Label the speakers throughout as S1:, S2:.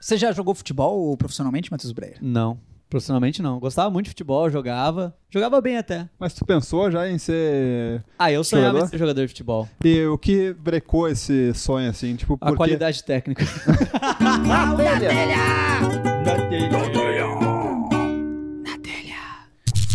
S1: Você já jogou futebol profissionalmente, Matheus Breyer?
S2: Não. Profissionalmente não. Gostava muito de futebol, jogava. Jogava bem até.
S3: Mas tu pensou já em ser.
S2: Ah, eu sonhava
S3: Jogador?
S2: em ser jogador de futebol.
S3: E o que brecou esse sonho, assim? Tipo,
S2: A
S3: porque...
S2: qualidade técnica.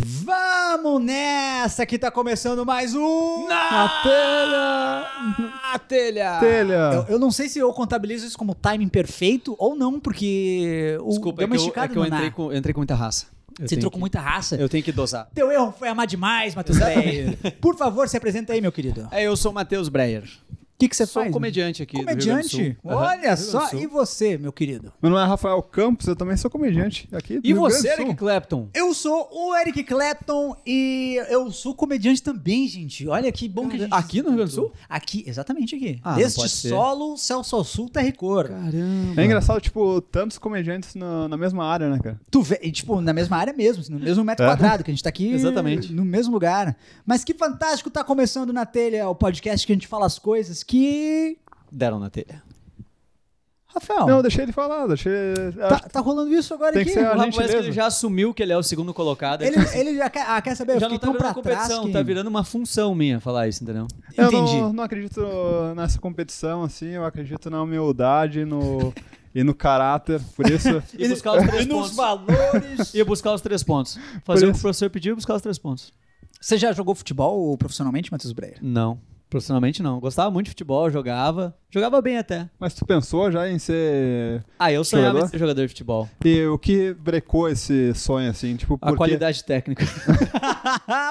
S1: Vamos nessa que tá começando mais um...
S3: Na telha!
S1: Na telha!
S3: Telha!
S1: Eu, eu não sei se eu contabilizo isso como timing perfeito ou não, porque... O,
S2: Desculpa,
S1: deu
S2: é
S1: uma
S2: que, eu, é
S1: esticada
S2: que eu
S1: no na.
S2: entrei, com, eu entrei com muita raça. Eu
S1: Você
S2: tenho
S1: entrou com
S2: que-
S1: muita raça.
S2: Eu tenho que dosar.
S1: Teu erro foi amar demais, Matheus Breyer. Por favor, se apresenta aí, meu querido. um O
S2: É, eu sou o Matheus Breyer.
S1: que, que você
S2: sou um
S1: faz? né?
S2: comediante aqui. do Rio Grande do
S1: Comediante?
S2: Sul. Aham.
S1: Olha
S2: Rio Grande do
S1: só,
S2: Sul.
S1: e você, meu querido?
S3: Meu nome é Rafael Campos, eu também sou comediante aqui. do
S2: E
S3: Rio Grande do
S2: você,
S3: Sul.
S2: Eric Clapton?
S1: Eu sou o Eric Clapton e eu sou comediante também, gente. Olha que bom que a gente.
S2: Aqui no Rio Grande do Sul?
S1: Aqui, exatamente aqui.
S2: Ah, não
S1: Deste
S2: pode ser.
S1: solo, Celso ao Sul, Terra e Cor.
S2: Caramba.
S3: É engraçado, tipo, tantos comediantes na, na mesma área, né, cara?
S1: Tu vê, e, tipo, na mesma área mesmo, assim, no mesmo metro
S3: É.
S1: quadrado, que a gente tá aqui
S2: Exatamente.
S1: no mesmo lugar. Mas que fantástico tá começando na telha o podcast que a gente fala as coisas que.
S2: Deram na telha.
S1: Rafael,
S3: Não, deixei ele falar, deixei.
S1: tá, tá rolando isso agora
S3: Tem
S1: aqui?
S3: que ser a
S2: O rapaz
S3: gentileza.
S2: ele já assumiu que ele é o segundo colocado.
S1: Ele, ele já quer, ah, quer saber? Eu
S2: já
S1: fiquei
S2: não tá
S1: tão
S2: virando
S1: pra
S2: uma competição,
S1: trás que...
S2: tá virando uma função minha falar isso, entendeu?
S3: Eu
S1: Entendi.
S3: não, não acredito nessa competição, assim, eu acredito na humildade no, e no caráter, por isso.
S2: E buscar os três
S1: nos
S2: pontos.
S1: valores.
S2: E buscar os três pontos. Fazer o
S3: isso.
S2: que o professor pediu e buscar os três pontos.
S1: Você já jogou futebol profissionalmente, Matheus Breyer?
S2: Não. Profissionalmente não. Gostava muito de futebol, jogava. Jogava bem até.
S3: Mas tu pensou já em ser.
S2: Ah, eu sonhava
S3: Jogador?
S2: em ser jogador de futebol.
S3: E o que brecou esse sonho, assim? Tipo,
S2: A
S3: porque...
S2: qualidade técnica.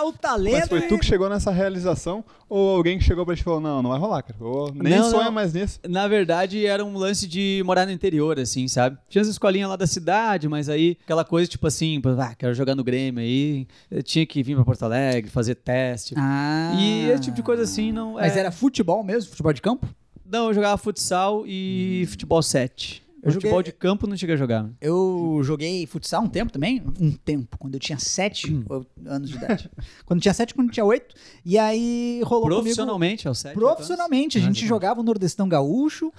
S1: o talento.
S3: Mas foi tu que chegou nessa realização ou alguém que chegou pra ti e falou, não, não vai rolar, cara. Ou nem
S2: Não,
S3: sonha
S2: não.
S3: mais nisso.
S2: Na verdade, era um lance de morar no interior, assim, sabe? Tinha as escolinhas lá da cidade, mas aí aquela coisa, tipo assim, ah, quero jogar no Grêmio aí. Eu tinha que vir pra Porto Alegre, fazer teste.
S1: Ah.
S2: E esse tipo de coisa assim não
S1: Mas
S2: é-
S1: era futebol mesmo? Futebol de campo?
S2: Não, eu jogava futsal e futebol 7.
S1: Hum. Eu
S2: futebol
S1: joguei-
S2: de campo não cheguei a jogar.
S1: Eu joguei futsal um tempo também, um tempo, quando eu tinha sete
S3: Hum.
S1: ou- anos de idade. quando eu tinha sete, quando eu tinha oito. E aí rolou comigo...
S2: Profissionalmente, é o 7.
S1: Profissionalmente, a gente
S2: Ah,
S1: jogava o Nordestão Gaúcho,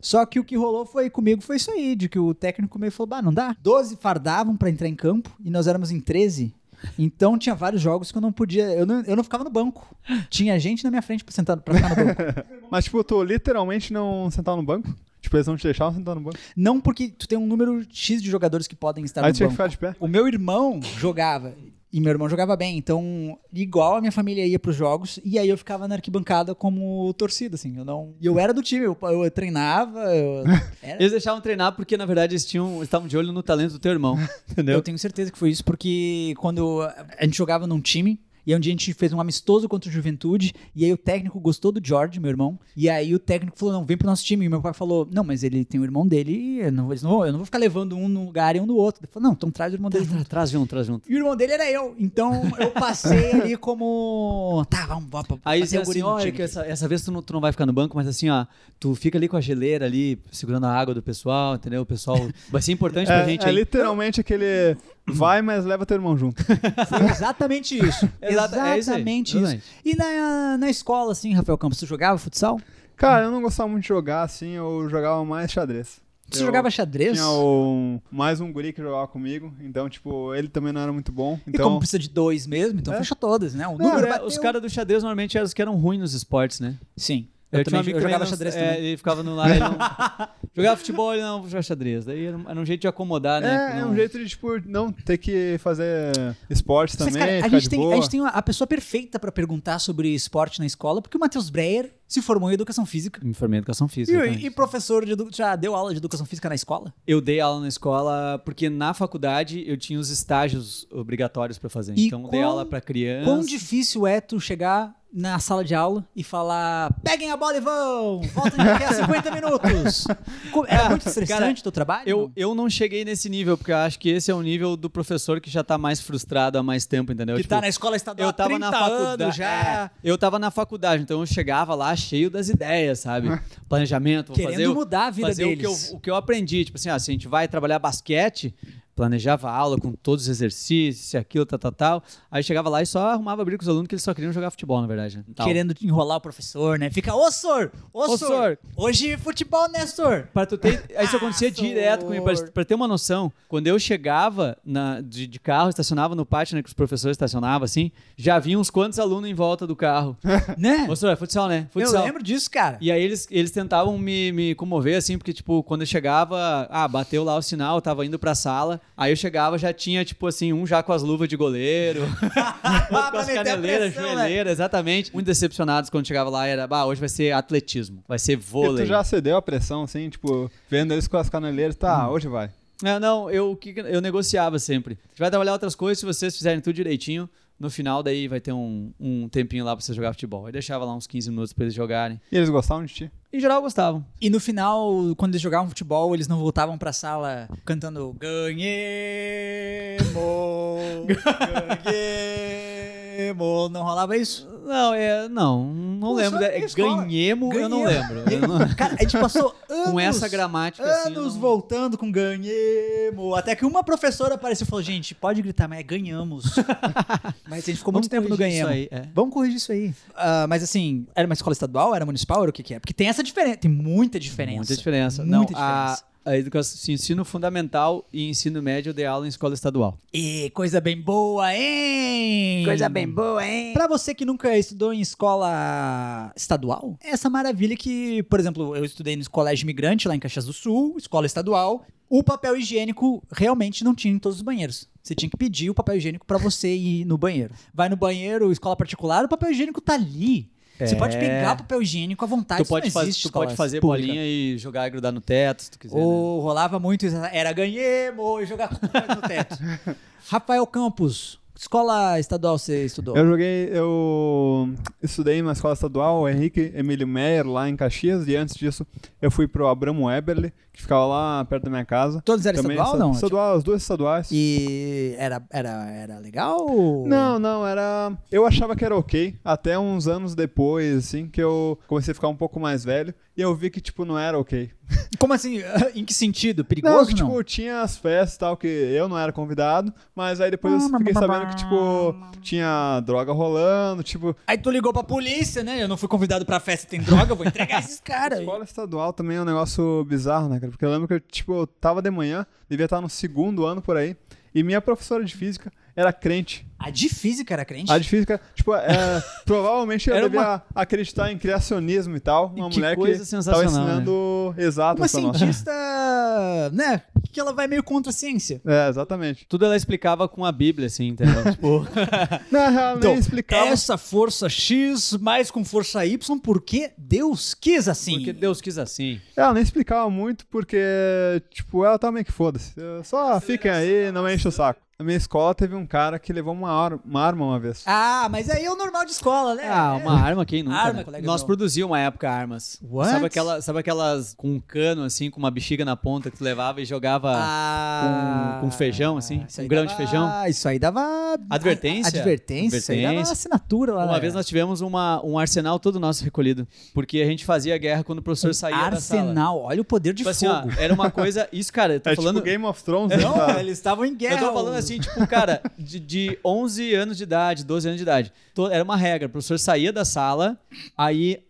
S1: só que o que rolou foi comigo foi isso aí, de que o técnico meio falou, bah, não dá. Doze fardavam pra entrar em campo e nós éramos em 13. Então tinha vários jogos que eu não podia, eu não, eu não ficava no banco. Tinha gente na minha frente pra sentar pra ficar no banco.
S3: Mas, tipo, tu literalmente não sentava no banco? Tipo, eles não te deixavam sentar no banco.
S1: Não porque tu tem um número X de jogadores que podem estar
S3: Aí
S1: no
S3: tinha que
S1: banco.
S3: ficar de pé.
S1: O meu irmão jogava. E meu irmão jogava bem, então, igual a minha família ia pros jogos, e aí eu ficava na arquibancada como torcida, assim. Eu não. E eu era do time, eu, eu treinava. Eu, era-
S2: Eles deixavam treinar porque, na verdade, eles tinham. eles estavam de olho no talento do teu irmão.
S1: eu
S2: Entendeu?
S1: tenho certeza que foi isso, porque quando a gente jogava num time, e aí um dia a gente fez um amistoso contra o juventude, e aí o técnico gostou do George, meu irmão, e aí o técnico falou: não, vem pro nosso time. E meu pai falou: não, mas ele tem o irmão dele, e eu não, eles não, vão- eu não vou ficar levando um num lugar e um no outro. Ele falou: não, então traz o irmão dele junto.
S2: Traz junto, traz junto.
S1: E o irmão dele era eu. Então eu passei ali como. Tá, vamos, vamos. vamos
S2: Aí
S1: passei
S2: dizia
S1: o guri
S2: assim,
S1: no
S2: olha,
S1: time.
S2: que essa, essa vez tu não, tu não vai ficar no banco, mas assim, ó, tu fica ali com a geleira ali, segurando a água do pessoal, entendeu? O pessoal vai ser importante pra gente
S3: É, é
S2: hein?
S3: literalmente aquele vai, mas leva teu irmão junto.
S1: Foi exatamente isso.
S2: Exata- é isso aí,
S1: tá exatamente isso.
S2: exatamente.
S1: E na, na escola, assim, Rafael Campos, tu jogava futsal?
S3: Cara, eu não gostava muito de jogar, assim, eu jogava mais xadrez.
S1: Tu
S3: Eu
S1: jogava xadrez?
S3: Tinha um, mais um guri que jogava comigo, então, tipo, ele também não era muito bom.
S1: E
S3: Então,
S1: como né? precisa de dois mesmo, então
S3: É.
S1: fecha todas, né? O
S2: Não,
S1: número
S2: é,
S1: bateu.
S2: os caras do xadrez normalmente eram os que eram ruins nos esportes, né?
S1: Sim. Eu,
S2: tinha
S1: também
S2: um amigo
S1: eu
S2: que
S1: jogava
S2: não-
S1: xadrez
S2: é,
S1: também.
S2: Ele ficava no lar, ele não... jogava futebol, ele não vou jogar xadrez. Daí era um, era um jeito de acomodar, né?
S3: é,
S2: Porque
S3: é
S2: não-
S3: um jeito de, tipo, não ter que fazer esporte
S1: Mas,
S3: também,
S1: cara, a
S3: ficar
S1: gente,
S3: de
S1: tem,
S3: boa.
S1: a gente tem uma- a pessoa perfeita pra perguntar sobre esporte na escola, porque o Matheus Breyer se formou em educação física.
S2: Me formei em educação
S1: E,
S2: física.
S1: e
S2: exatamente.
S1: professor de edu... já deu aula de educação física na escola?
S2: Eu dei aula na escola porque na faculdade eu tinha os estágios obrigatórios pra fazer.
S1: E
S2: então eu dei
S1: quão-
S2: aula pra criança.
S1: Quão difícil é tu chegar na sala de aula e falar: peguem a bola e vão! Voltem daqui a 50 minutos! Co- É muito estressante o teu trabalho?
S2: Eu,
S1: não?
S2: eu não cheguei nesse nível, porque eu acho que esse é o nível do professor que já tá mais frustrado há mais tempo, entendeu?
S1: que
S2: Tipo,
S1: tá na escola estadual
S2: eu tava
S1: há 30
S2: na
S1: anos
S2: faculdade.
S1: já.
S2: é, eu tava na faculdade, então eu chegava lá cheio das ideias, sabe? Planejamento, vou
S1: Hum. Querendo
S2: fazer o-
S1: mudar a vida
S2: fazer o que,
S1: deles.
S2: eu, o que eu aprendi. Tipo assim, ah, se a gente vai trabalhar basquete, planejava a aula com todos os exercícios, isso e aquilo, tal, tal, tal. Aí chegava lá e só arrumava briga com os alunos que eles só queriam jogar futebol, na verdade. né? Tal.
S1: Querendo enrolar o professor, né? Fica, ô, senhor! Ô, senhor!
S2: Ô, senhor!
S1: Hoje é futebol, né, senhor?
S2: Pra tu ter, aí isso acontecia
S1: Ah,
S2: direto comigo, pra,
S1: senhor.
S2: pra ter uma noção. Quando eu chegava na- de, de carro, estacionava no pátio, né, que os professores estacionavam, assim, já vinha uns quantos alunos em volta do carro.
S1: né?
S2: Ô, senhor, é futsal, né? Futsal.
S1: Eu lembro disso, cara.
S2: E aí eles, eles tentavam me, me comover, assim, porque, tipo, quando eu chegava, ah, bateu lá o sinal, eu tava indo pra sala, aí eu chegava, já tinha, tipo, assim, um já com as luvas de goleiro, outro com
S1: Pra
S2: as
S1: meter a
S2: caneleiras,
S1: pressão, né?
S2: joelheiras, exatamente. Muito decepcionados quando chegava lá, era, bah, hoje vai ser atletismo, vai ser
S3: E
S2: vôlei.
S3: tu já cedeu a pressão, assim, tipo, vendo eles com as caneleiras, tá,
S1: Hum.
S3: hoje vai.
S2: É, não, eu, o que que- eu negociava sempre. A gente vai trabalhar outras coisas, se vocês fizerem tudo direitinho, no final daí vai ter um, um tempinho lá pra vocês jogar futebol. Aí deixava lá uns 15 minutos pra eles jogarem.
S3: E eles gostavam de ti?
S2: Em geral, gostavam.
S1: E no final, quando eles jogavam futebol, eles não voltavam pra sala cantando Ganhemos! ganhemos! Não rolava isso?
S2: Não, é, não, não
S1: Pô,
S2: lembro.
S1: só
S2: É,
S1: na escola.
S2: ganhemo, eu não
S1: Ganhemo.
S2: lembro. Eu não-
S1: Cara, a gente passou anos,
S2: com essa gramática assim. eu
S1: anos
S2: não-
S1: voltando com ganhemos. Até que uma professora apareceu e falou: gente, pode gritar, mas é ganhamos. mas a gente ficou muito
S2: Vamos
S1: tempo no
S2: corrigir isso
S1: ganhemos.
S2: aí, é.
S1: Vamos corrigir isso aí. Ah, mas assim, era uma escola estadual? Era municipal? Era o que, que é? Porque tem essa diferença. Tem muita diferença.
S2: Muita diferença.
S1: Muita
S2: não,
S1: diferença.
S2: A, a educação, assim, ensino fundamental e ensino médio eu dei aula em escola estadual.
S1: E coisa bem boa, hein?
S2: boa, hein?
S1: Pra você que nunca estudou em escola estadual, é essa maravilha que, por exemplo, eu estudei no colégio imigrante lá em Caxias do Sul, escola estadual, o papel higiênico realmente não tinha em todos os banheiros. Você tinha que pedir o papel higiênico pra você ir no banheiro. Vai no banheiro, escola particular, o papel higiênico tá ali. Você
S2: É.
S1: pode pegar papel higiênico à vontade,
S2: Tu
S1: isso não
S2: pode, faz-
S1: existe
S2: tu
S1: escola
S2: pode fazer
S1: pública.
S2: bolinha e jogar e grudar no teto, se tu quiser. né?
S1: Ou rolava muito, isso, era ganhemos, jogar com o pé no teto. Rafael Campos, que escola estadual você estudou?
S3: Eu joguei, eu estudei numa escola estadual, o Henrique Emílio Meyer, lá em Caxias, e antes disso eu fui pro Abramo Eberle, que ficava lá perto da minha casa.
S1: Todos eram estadual ou
S3: esta-
S1: não? Tipo,
S3: Estadual, as duas estaduais.
S1: E era, era, era legal? ou-
S3: Não, não, era. Eu achava que era ok, até uns anos depois, assim, que eu comecei a ficar um pouco mais velho, e eu vi que, tipo, não era ok.
S1: Como assim? em que sentido?
S3: Não,
S1: Perigoso
S3: que,
S1: não?
S3: tipo, tinha as festas e tal, que eu não era convidado, mas aí
S2: Ah,
S3: depois eu fiquei sabendo que, tipo, tinha droga rolando, tipo,
S1: Aí tu ligou pra polícia, né? Eu não fui convidado pra festa, tem droga, eu vou entregar esses caras.
S3: Escola estadual também é um negócio bizarro, né, cara? Porque eu lembro que eu, tipo, eu tava de manhã, devia estar no segundo ano por aí, e minha professora de física era crente.
S1: A de física era crente?
S3: A de física, tipo, é, provavelmente eu
S2: Era
S3: devia acreditar em criacionismo e tal. Uma
S2: que
S3: mulher
S2: coisa
S3: que tava
S2: sensacional, né? assim,
S3: ensinando exato
S1: Uma
S3: pra nós.
S1: assim? cientista, né? Que ela vai meio contra a ciência.
S3: É, exatamente.
S2: Tudo ela explicava com a Bíblia, assim, entendeu? tipo,
S3: Na real,
S2: então,
S3: nem explicava.
S2: é
S1: Essa força X mais com força Y, porque Deus quis assim.
S2: porque Deus quis assim.
S3: É, Ela nem explicava muito porque, tipo, ela tá meio que foda-se. Eu Só "Ah, fiquem aí, não enche o saco. Na minha escola teve um cara que levou uma, ar- uma arma uma vez.
S1: Ah, mas aí é o normal de escola, né?
S2: Ah, uma arma, quem nunca?
S1: Arma,
S2: né?
S1: colega
S2: Nós
S1: meu.
S2: produzíamos uma época armas.
S1: What?
S2: Sabe, aquela, sabe aquelas com um cano, assim, com uma bexiga na ponta que tu levava e jogava
S1: Ah,
S2: com, com feijão, assim?
S1: isso
S2: um
S1: aí
S2: grão
S1: dava- Ah,
S2: de feijão?
S1: Isso aí dava.
S2: Advertência?
S1: a- Advertência. Isso aí dava
S2: Advertência.
S1: assinatura lá.
S2: Uma
S1: né?
S2: vez nós tivemos uma- um arsenal todo nosso recolhido, porque a gente fazia guerra quando o professor saía da sala.
S1: Um Arsenal, olha o poder de
S2: Tipo assim, ó,
S1: fogo.
S2: era uma coisa... Isso, cara, eu tô
S3: É
S2: Tá falando...
S3: tipo Game of Thrones, né,
S1: Não,
S3: cara?
S1: eles estavam em guerra.
S2: Eu tô falando assim, tipo, cara, de, de 11 anos de idade, 12 anos de idade. To- Era uma regra. O professor saía da sala, aí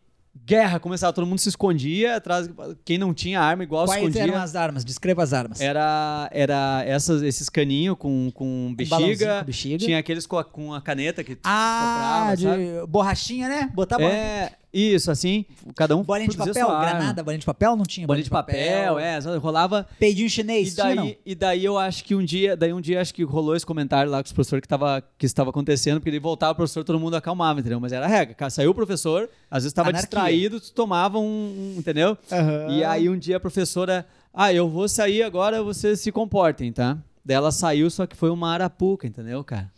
S2: guerra começava, todo mundo se escondia atrás. Quem não tinha arma igual se
S1: Quais
S2: escondia. É,
S1: eram é as armas? Descreva as armas.
S2: Era, era essas, esses caninhos com, com,
S1: Um balãozinho
S2: bexiga,
S1: com bexiga.
S2: Tinha aqueles com a, com a caneta que tu
S1: Ah,
S2: soprava,
S1: de
S2: sabe?
S1: borrachinha, né? Botar bolinha.
S2: É, isso, assim, cada um
S1: bolinha de
S2: produzia
S1: papel,
S2: sua arma.
S1: granada, bolinha de papel, não tinha?
S2: Bolinha de papel, é, sabe? rolava
S1: Peidinho
S2: E
S1: chinês, tinha, não?
S2: daí, e daí eu acho que um dia, daí um dia acho que rolou esse comentário lá com os professores que, tava, que estava acontecendo, porque ele voltava o professor, todo mundo acalmava, entendeu? Mas era a regra. cara, Saiu o professor, às vezes estava
S1: Anarquia. Ah.
S2: distraído, tu tomava um, um, entendeu? E aí um dia a professora, ah, eu vou sair agora, vocês se comportem, tá? Daí ela saiu, só que foi uma arapuca, entendeu, cara?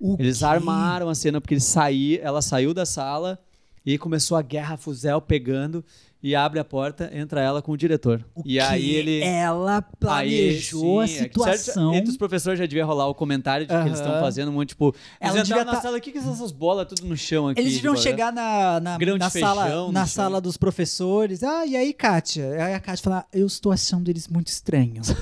S1: O
S2: Eles
S1: quê?
S2: armaram a cena porque eles saí, ela saiu da sala e começou a guerra, fuzel pegando e abre a porta, entra ela com o diretor.
S1: O
S2: e aí
S1: quê?
S2: ele
S1: Ela planejou
S2: Aí, sim,
S1: a
S2: é que certo,
S1: situação.
S2: entre os professores já devia rolar o comentário de que
S1: Aham.
S2: eles estão fazendo um monte, tipo,
S1: Ela
S2: eles
S1: devia
S2: entraram na
S1: tá-
S2: sala, o que que são essas bolas tudo no chão aqui?
S1: Eles deviam
S2: tipo,
S1: chegar na, na,
S2: Grão de
S1: na sala,
S2: feijão no
S1: na
S2: chão.
S1: sala dos professores. Ah, e aí, Kátia? Aí a Kátia fala, eu estou achando eles muito estranhos.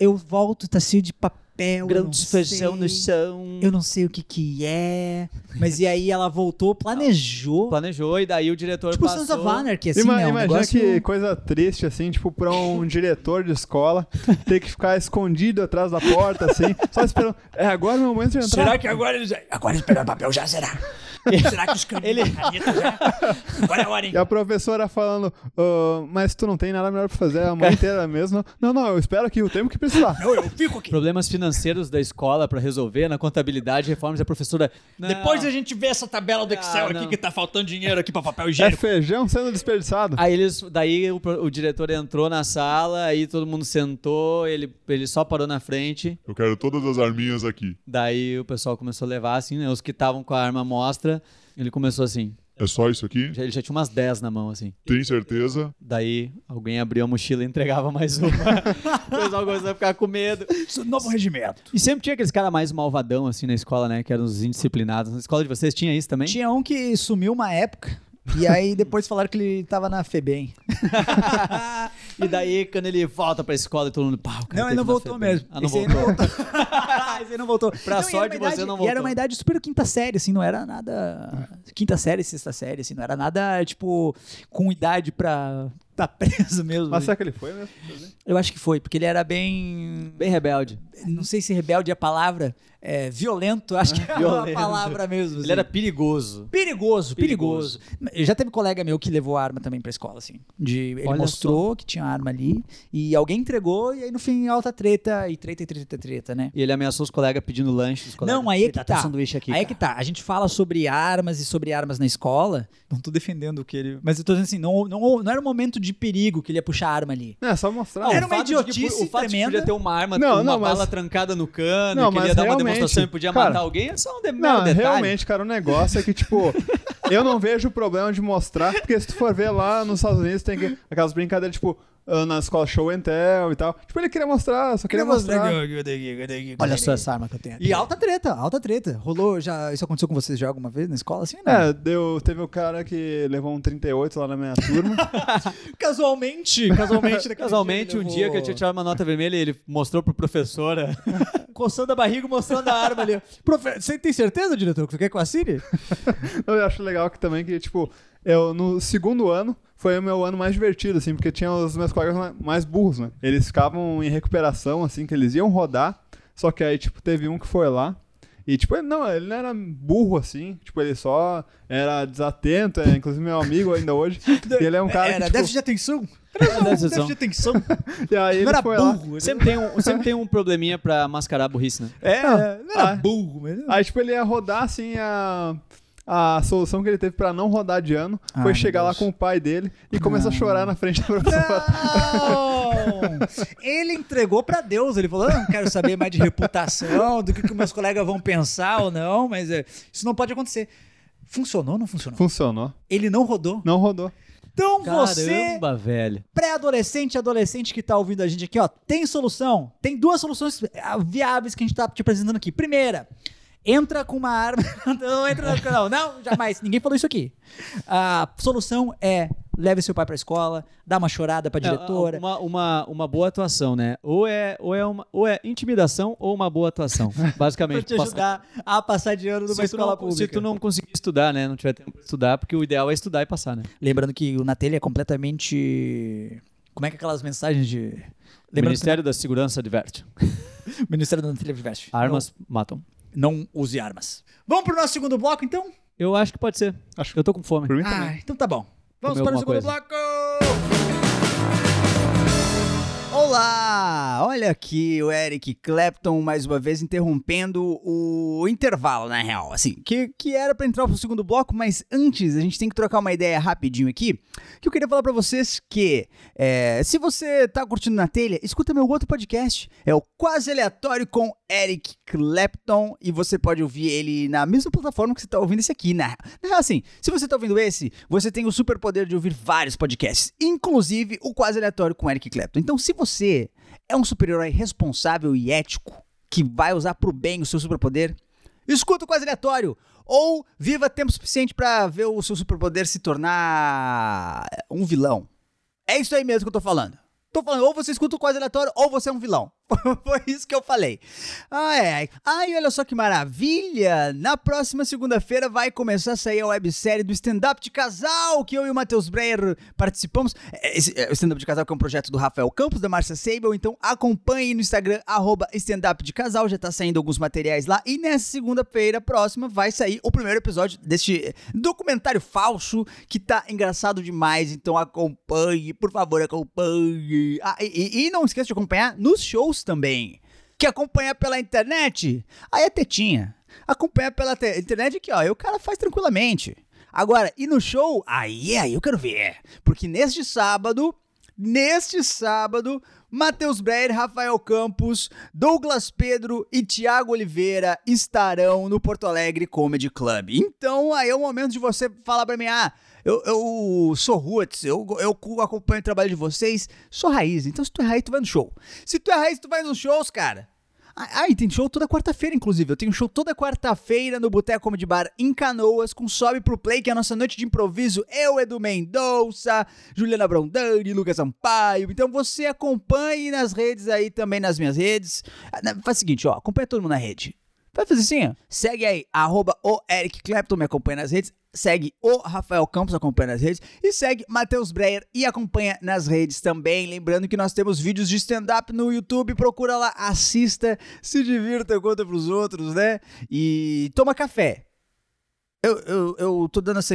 S1: Eu volto, tá cheio de
S2: um
S1: papel. eu não sei.
S2: chão.
S1: Eu não sei o que que é. Mas e aí ela voltou, planejou.
S2: Planejou e daí o diretor
S1: tipo o
S2: passou...
S1: Sons of Anarchy, assim,
S3: Ima-
S1: né? Um
S3: imagina
S1: negócio...
S3: que coisa triste, assim, tipo, pra um diretor de escola ter que ficar escondido atrás da porta, assim, só esperando. É agora é o momento de entrar.
S1: que agora eles. Agora eles pegaram papel já, será? será que os caminhos Ele... já? Agora é a hora, hein?
S3: E a professora falando, "Ah, mas tu não tem nada melhor pra fazer a manhã inteira mesmo? Não, não, eu espero aqui o tempo que precisar.
S1: Não, eu fico aqui.
S2: Problemas financeiros da escola pra resolver, na contabilidade, reformas, a professora... "Não, Ah,
S4: Depois a gente vê essa tabela do Excel
S2: não.
S4: aqui que tá faltando dinheiro aqui pra papel
S3: É
S4: higiênico.
S3: feijão sendo desperdiçado.
S1: Ah,
S2: Aí eles, daí o, pro- o diretor entrou na sala, aí todo mundo sentou, ele, ele só parou na frente.
S5: Eu quero todas as arminhas aqui.
S2: Daí o pessoal começou a levar, assim, né? Os que estavam com a arma à mostra. Ele começou assim.
S5: É só isso aqui?
S2: já- Ele já tinha umas 10 na mão, assim.
S5: Tem certeza?
S2: Daí alguém abriu a mochila e entregava mais uma. o pessoal começou a ficar com medo.
S1: Isso é um novo regimento.
S2: E sempre tinha aqueles caras mais malvadão, assim, na escola, né? Que eram os indisciplinados. Na escola de vocês tinha isso também?
S1: Tinha um que sumiu uma época. E aí depois falaram que ele tava na Febem.
S2: e daí, quando ele volta pra escola, todo mundo. Pá, o cara
S1: Não, ele
S2: teve
S1: não
S2: na
S1: voltou
S2: FEBEM."
S1: mesmo.
S2: Ah, não
S1: Esse aí
S2: voltou.
S1: Esse aí não voltou.
S2: Pra
S1: Não, e era uma
S2: sorte,
S1: idade-
S2: você não
S1: E era
S2: voltou.
S1: uma idade super quinta série, assim, não era nada. Quinta série, sexta série, assim, não era nada, tipo, com idade pra tá preso mesmo.
S3: Mas será que ele foi mesmo?
S1: Eu acho que foi, porque ele era bem.
S2: Bem rebelde.
S1: Não sei se rebelde é a palavra. É, violento, acho que é a
S2: Violento.
S1: palavra mesmo.
S2: Ele
S1: assim.
S2: era perigoso.
S1: Perigoso, perigoso, Já teve colega meu que levou a arma também pra escola, assim. De, ele
S2: Olha
S1: mostrou que tinha arma ali e alguém entregou e aí no fim alta treta e treta e treta e treta, né?
S2: E ele ameaçou os colegas pedindo lanche. Os colegas,
S1: Não, aí é
S2: "Tá,
S1: que
S2: tem
S1: tá.
S2: sanduíche aqui,
S1: aí é que
S2: cara."
S1: tá. A gente fala sobre armas e sobre armas na escola. Não tô defendendo o que ele. Mas eu tô dizendo assim, não, não, não era um momento de perigo que ele ia puxar a arma ali.
S3: Não, é só mostrar.
S1: Não,
S2: O
S1: Era uma
S2: fato de que-
S1: idiotice
S2: O fato de que
S1: tremenda.
S2: podia ter uma arma,
S3: Não,
S2: uma
S3: não, mas-
S2: bala trancada no cano,
S3: Não,
S2: que ele ia
S3: mas
S2: dar uma
S3: realmente,
S2: demonstração e podia
S3: cara-
S2: matar alguém, é só um de... mero
S3: Não,
S2: detalhe.
S3: realmente, cara, o negócio é que, tipo, eu não vejo problema de mostrar, porque se tu for ver lá nos Estados Unidos, tem que- aquelas brincadeiras, tipo, ah, na escola show and tell e tal. Tipo, ele queria mostrar, só queria mostrar.
S1: Olha só essa arma que eu tenho aqui. E alta treta, alta treta. Rolou já. Isso aconteceu com vocês já alguma vez na escola, assim, né?
S3: É, deu, teve o cara que levou um 38 lá na minha turma.
S1: Casualmente, casualmente, daquele
S2: Casualmente,
S1: dia
S2: um
S1: ele
S2: dia que eu
S1: levou-
S2: tinha tirado uma nota vermelha, ele mostrou pro é. professora.
S1: coçando a barriga, e mostrando a arma ali. Profe, você tem certeza, diretor, que você quer com a Siri?
S3: Eu acho legal que também que, tipo, eu no segundo ano foi o meu ano mais divertido, assim, porque tinha os meus colegas ma- mais burros, né? Eles ficavam em recuperação, assim, que eles iam rodar, só que aí, tipo, teve um que foi lá. E, tipo, ele, não, ele não era burro, assim. Tipo, ele só era desatento. É, inclusive, meu amigo ainda hoje. e ele é um cara
S1: Era
S3: que,
S1: déficit
S3: tipo,
S1: de atenção.
S2: Era déficit de atenção.
S1: atenção.
S3: E aí
S1: Não
S3: ele
S1: era
S3: foi lá.
S1: burro.
S2: sempre, tem um, sempre tem um probleminha pra mascarar a burrice, né?
S1: É, não era
S3: Ah.
S1: burro, mas...
S3: Aí, tipo, ele ia rodar, assim, a... A solução que ele teve pra não rodar de ano
S1: Ai, meu
S3: foi chegar lá
S1: Deus.
S3: com o pai dele e começar a chorar na frente da professora.
S1: Não! Ele entregou pra Deus. Ele falou: eu não quero saber mais de reputação, do que, que meus colegas vão pensar ou não, mas é, isso não pode acontecer. Funcionou ou não funcionou?
S3: Funcionou.
S1: Ele não rodou.
S3: Não rodou.
S1: Então você,
S2: Caramba, velho.
S1: pré-adolescente e adolescente que tá ouvindo a gente aqui, ó, tem solução. Tem duas soluções ah, viáveis que a gente tá te apresentando aqui. Primeira, entra com uma arma. não entra no canal. Não, jamais. Ninguém falou isso aqui. A solução é leve seu pai pra escola, dá uma chorada pra
S2: É,
S1: diretora.
S2: Uma, uma, uma boa atuação, né? Ou é, ou, é uma, ou é intimidação ou uma boa atuação,
S1: pra
S2: basicamente.
S1: te ajudar a passar de ano numa
S2: Se tu,
S1: escola
S2: não,
S1: pública.
S2: se tu não conseguir estudar, né? Não tiver tempo pra estudar, porque o ideal é estudar e passar, né?
S1: Lembrando que o Natelha é completamente. Como é que é aquelas mensagens de. Lembrando
S2: Ministério da Segurança adverte.
S1: que o Ministério da Natelha Viveste.
S2: Armas matam.
S1: Não, não use armas. Vamos pro nosso segundo bloco, então?
S2: Eu acho que pode ser.
S3: Acho-
S2: Eu tô com fome.
S3: Por mim também.
S1: Ah, então tá bom. Vamos
S2: Comeu
S1: para o
S2: alguma
S1: segundo
S2: coisa?
S1: bloco!
S6: Olá! Olha aqui o Eric Clapton mais uma vez interrompendo o intervalo, na real. Assim, que, que era pra entrar pro segundo bloco, mas antes a gente tem que trocar uma ideia rapidinho aqui. Que eu queria falar pra vocês que é, se você tá curtindo na telha, escuta meu outro podcast. É o Quase Aleatório com Eric Clapton. E você pode ouvir ele na mesma plataforma que você tá ouvindo esse aqui, na na real, assim, se você tá ouvindo esse, você tem o superpoder de ouvir vários podcasts, inclusive o quase aleatório com Eric Clapton. Então, se você é um super-herói responsável e ético que vai usar pro bem o seu superpoder, escuta o quase aleatório ou viva tempo suficiente pra ver o seu superpoder se tornar um vilão. É isso aí mesmo que eu tô falando. Tô falando, ou você escuta o quase aleatório ou você é um vilão.
S1: Foi isso que eu falei. Ai, ai. Ai, olha só que maravilha! Na próxima segunda-feira vai começar a sair a websérie do stand-up de casal que eu e o Matheus Breyer participamos. É, esse, é, o stand-up de casal que é um projeto do Rafael Campos, da Marcia Seibel, então acompanhe no Instagram, arroba stand-up de casal, já tá saindo alguns materiais lá. E nessa segunda-feira próxima vai sair o primeiro episódio deste documentário falso que tá engraçado demais, então acompanhe, por favor, acompanhe. Ah, e, e- e não esqueça de acompanhar nos shows também. Que acompanhar pela internet, aí é tetinha. Acompanhar pela te- internet aqui, ó, aí o cara faz tranquilamente. Agora, e no show? Aí, aí eu quero ver. Porque neste sábado, neste sábado, Matheus Breyer, Rafael Campos, Douglas Pedro e Tiago Oliveira estarão no Porto Alegre Comedy Club. Então, aí é o momento de você falar pra mim, ah, eu, eu sou roots, eu, eu cu- acompanho o trabalho de vocês, sou raiz. Então, se tu é raiz, tu vai no show. Se tu é raiz, tu vai nos shows, cara. Ah, ah, e tem show toda quarta-feira, inclusive. Eu tenho show toda quarta-feira no Boteco Comedy Bar em Canoas, com Sobe Pro Play, que é a nossa noite de improviso. Eu, Edu Mendonça, Juliana Brondani, Lucas Sampaio. Então você acompanhe nas redes aí também, nas minhas redes. Ah, na- Faz o seguinte, ó, acompanha todo mundo na rede. Vai fazer assim, ó. Segue aí, arroba o Eric Clapton, me acompanha nas redes. Segue o Rafael Campos, acompanha nas redes. E segue Matheus Breyer e acompanha nas redes também. Lembrando que nós temos vídeos de stand-up no YouTube. Procura lá, assista, se divirta, conta pros outros, né? E toma café. Eu, eu, eu tô dando essa,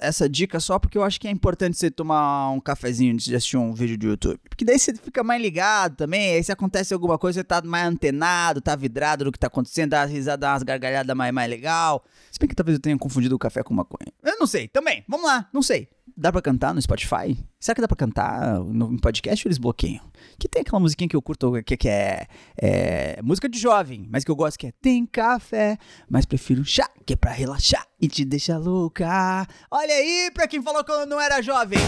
S1: essa dica só porque eu acho que é importante você tomar um cafezinho antes de assistir um vídeo do YouTube. Porque daí você fica mais ligado também, aí se acontece alguma coisa, você tá mais antenado, tá vidrado no que tá acontecendo, dá uma risada, dá umas gargalhadas mais, mais legal. Se bem que talvez eu tenha confundido o café com maconha. Eu não sei, também. Vamos lá, não sei. Dá pra cantar no Spotify? Será que dá pra cantar no podcast ou eles bloqueiam? Que tem aquela musiquinha que eu curto, que, que é, é música de jovem, mas que eu gosto, que é Tem café, mas prefiro chá, que é pra relaxar e te deixar louca. Olha aí pra quem falou que eu não era jovem.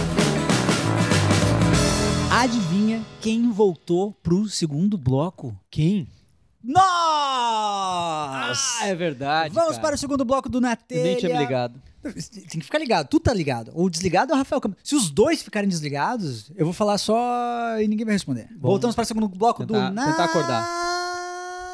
S7: Adivinha quem voltou pro segundo bloco?
S2: Quem?
S1: Nós!
S2: Ah, é verdade.
S1: Vamos
S2: cara.
S1: para o segundo bloco do Na
S2: Eu
S1: Telha.
S2: nem tinha me ligado.
S7: Tem que ficar ligado. Tu tá ligado. Ou desligado é o Rafael Campos. Se os dois ficarem desligados, eu vou falar só e ninguém vai responder. Voltamos para o segundo bloco
S2: tentar-
S7: do Na...
S2: tentar acordar.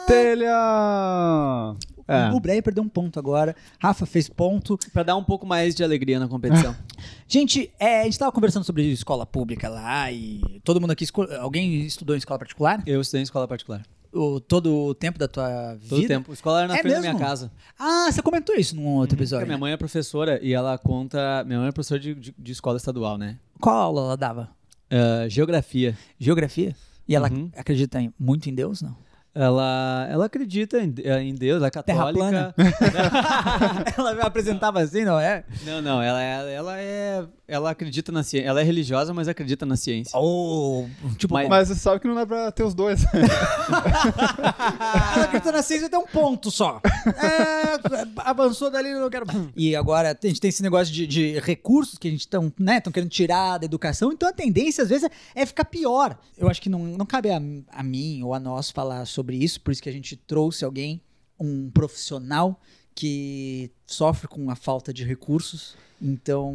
S3: Telha!
S2: É.
S7: O Breyer perdeu um ponto agora. Rafa fez ponto.
S2: Pra dar um pouco mais de alegria na competição.
S7: Gente, é, a gente tava conversando sobre escola pública lá e todo mundo aqui. esco- Alguém estudou em escola particular?
S2: eu estudei em escola particular.
S7: O- todo o tempo da tua vida?
S2: Todo tempo. Escola era na
S7: É
S2: frente da
S7: mesmo?
S2: minha casa.
S7: Ah, você comentou isso num outro
S2: Porque
S7: episódio.
S2: Minha
S7: né?
S2: mãe é professora e ela conta. Minha mãe é professora de, de- de escola estadual, né?
S7: Qual aula ela dava?
S2: Ah, geografia.
S7: Geografia? E ela
S2: Uhum.
S7: acredita em- muito em Deus, não?
S2: Ela, ela acredita em, em Deus, ela é
S7: Terra
S2: católica.
S7: Né? ela me apresentava assim, não é?
S2: Não, não, ela, é- ela é. Ela acredita na ciência. Ela é religiosa, mas acredita na ciência.
S7: Ou, tipo,
S1: É.
S2: Mas-
S3: Mas você sabe que não dá pra ter os dois.
S7: ela acredita na ciência até um ponto só. É, avançou dali, eu não quero mais. E agora a gente tem esse negócio de, de recursos que a gente estão né, tão querendo tirar da educação, então a tendência às vezes é ficar pior. Eu acho que não, não cabe a, a mim ou a nós falar sobre isso, por isso que a gente trouxe alguém, um profissional que sofre com a falta de recursos. Então,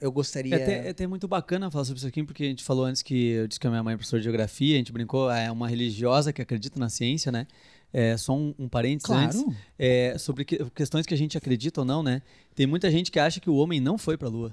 S7: eu
S2: É
S7: gostaria...
S2: até, é até muito bacana falar sobre isso aqui, porque a gente falou antes que eu disse que a minha mãe é professora de geografia, a gente brincou, ah, é uma religiosa que acredita na ciência, né? É, só um, um parênteses antes.
S7: Claro.
S2: É, sobre que- questões que a gente acredita ou não, né? Tem muita gente que acha que o homem não foi pra lua.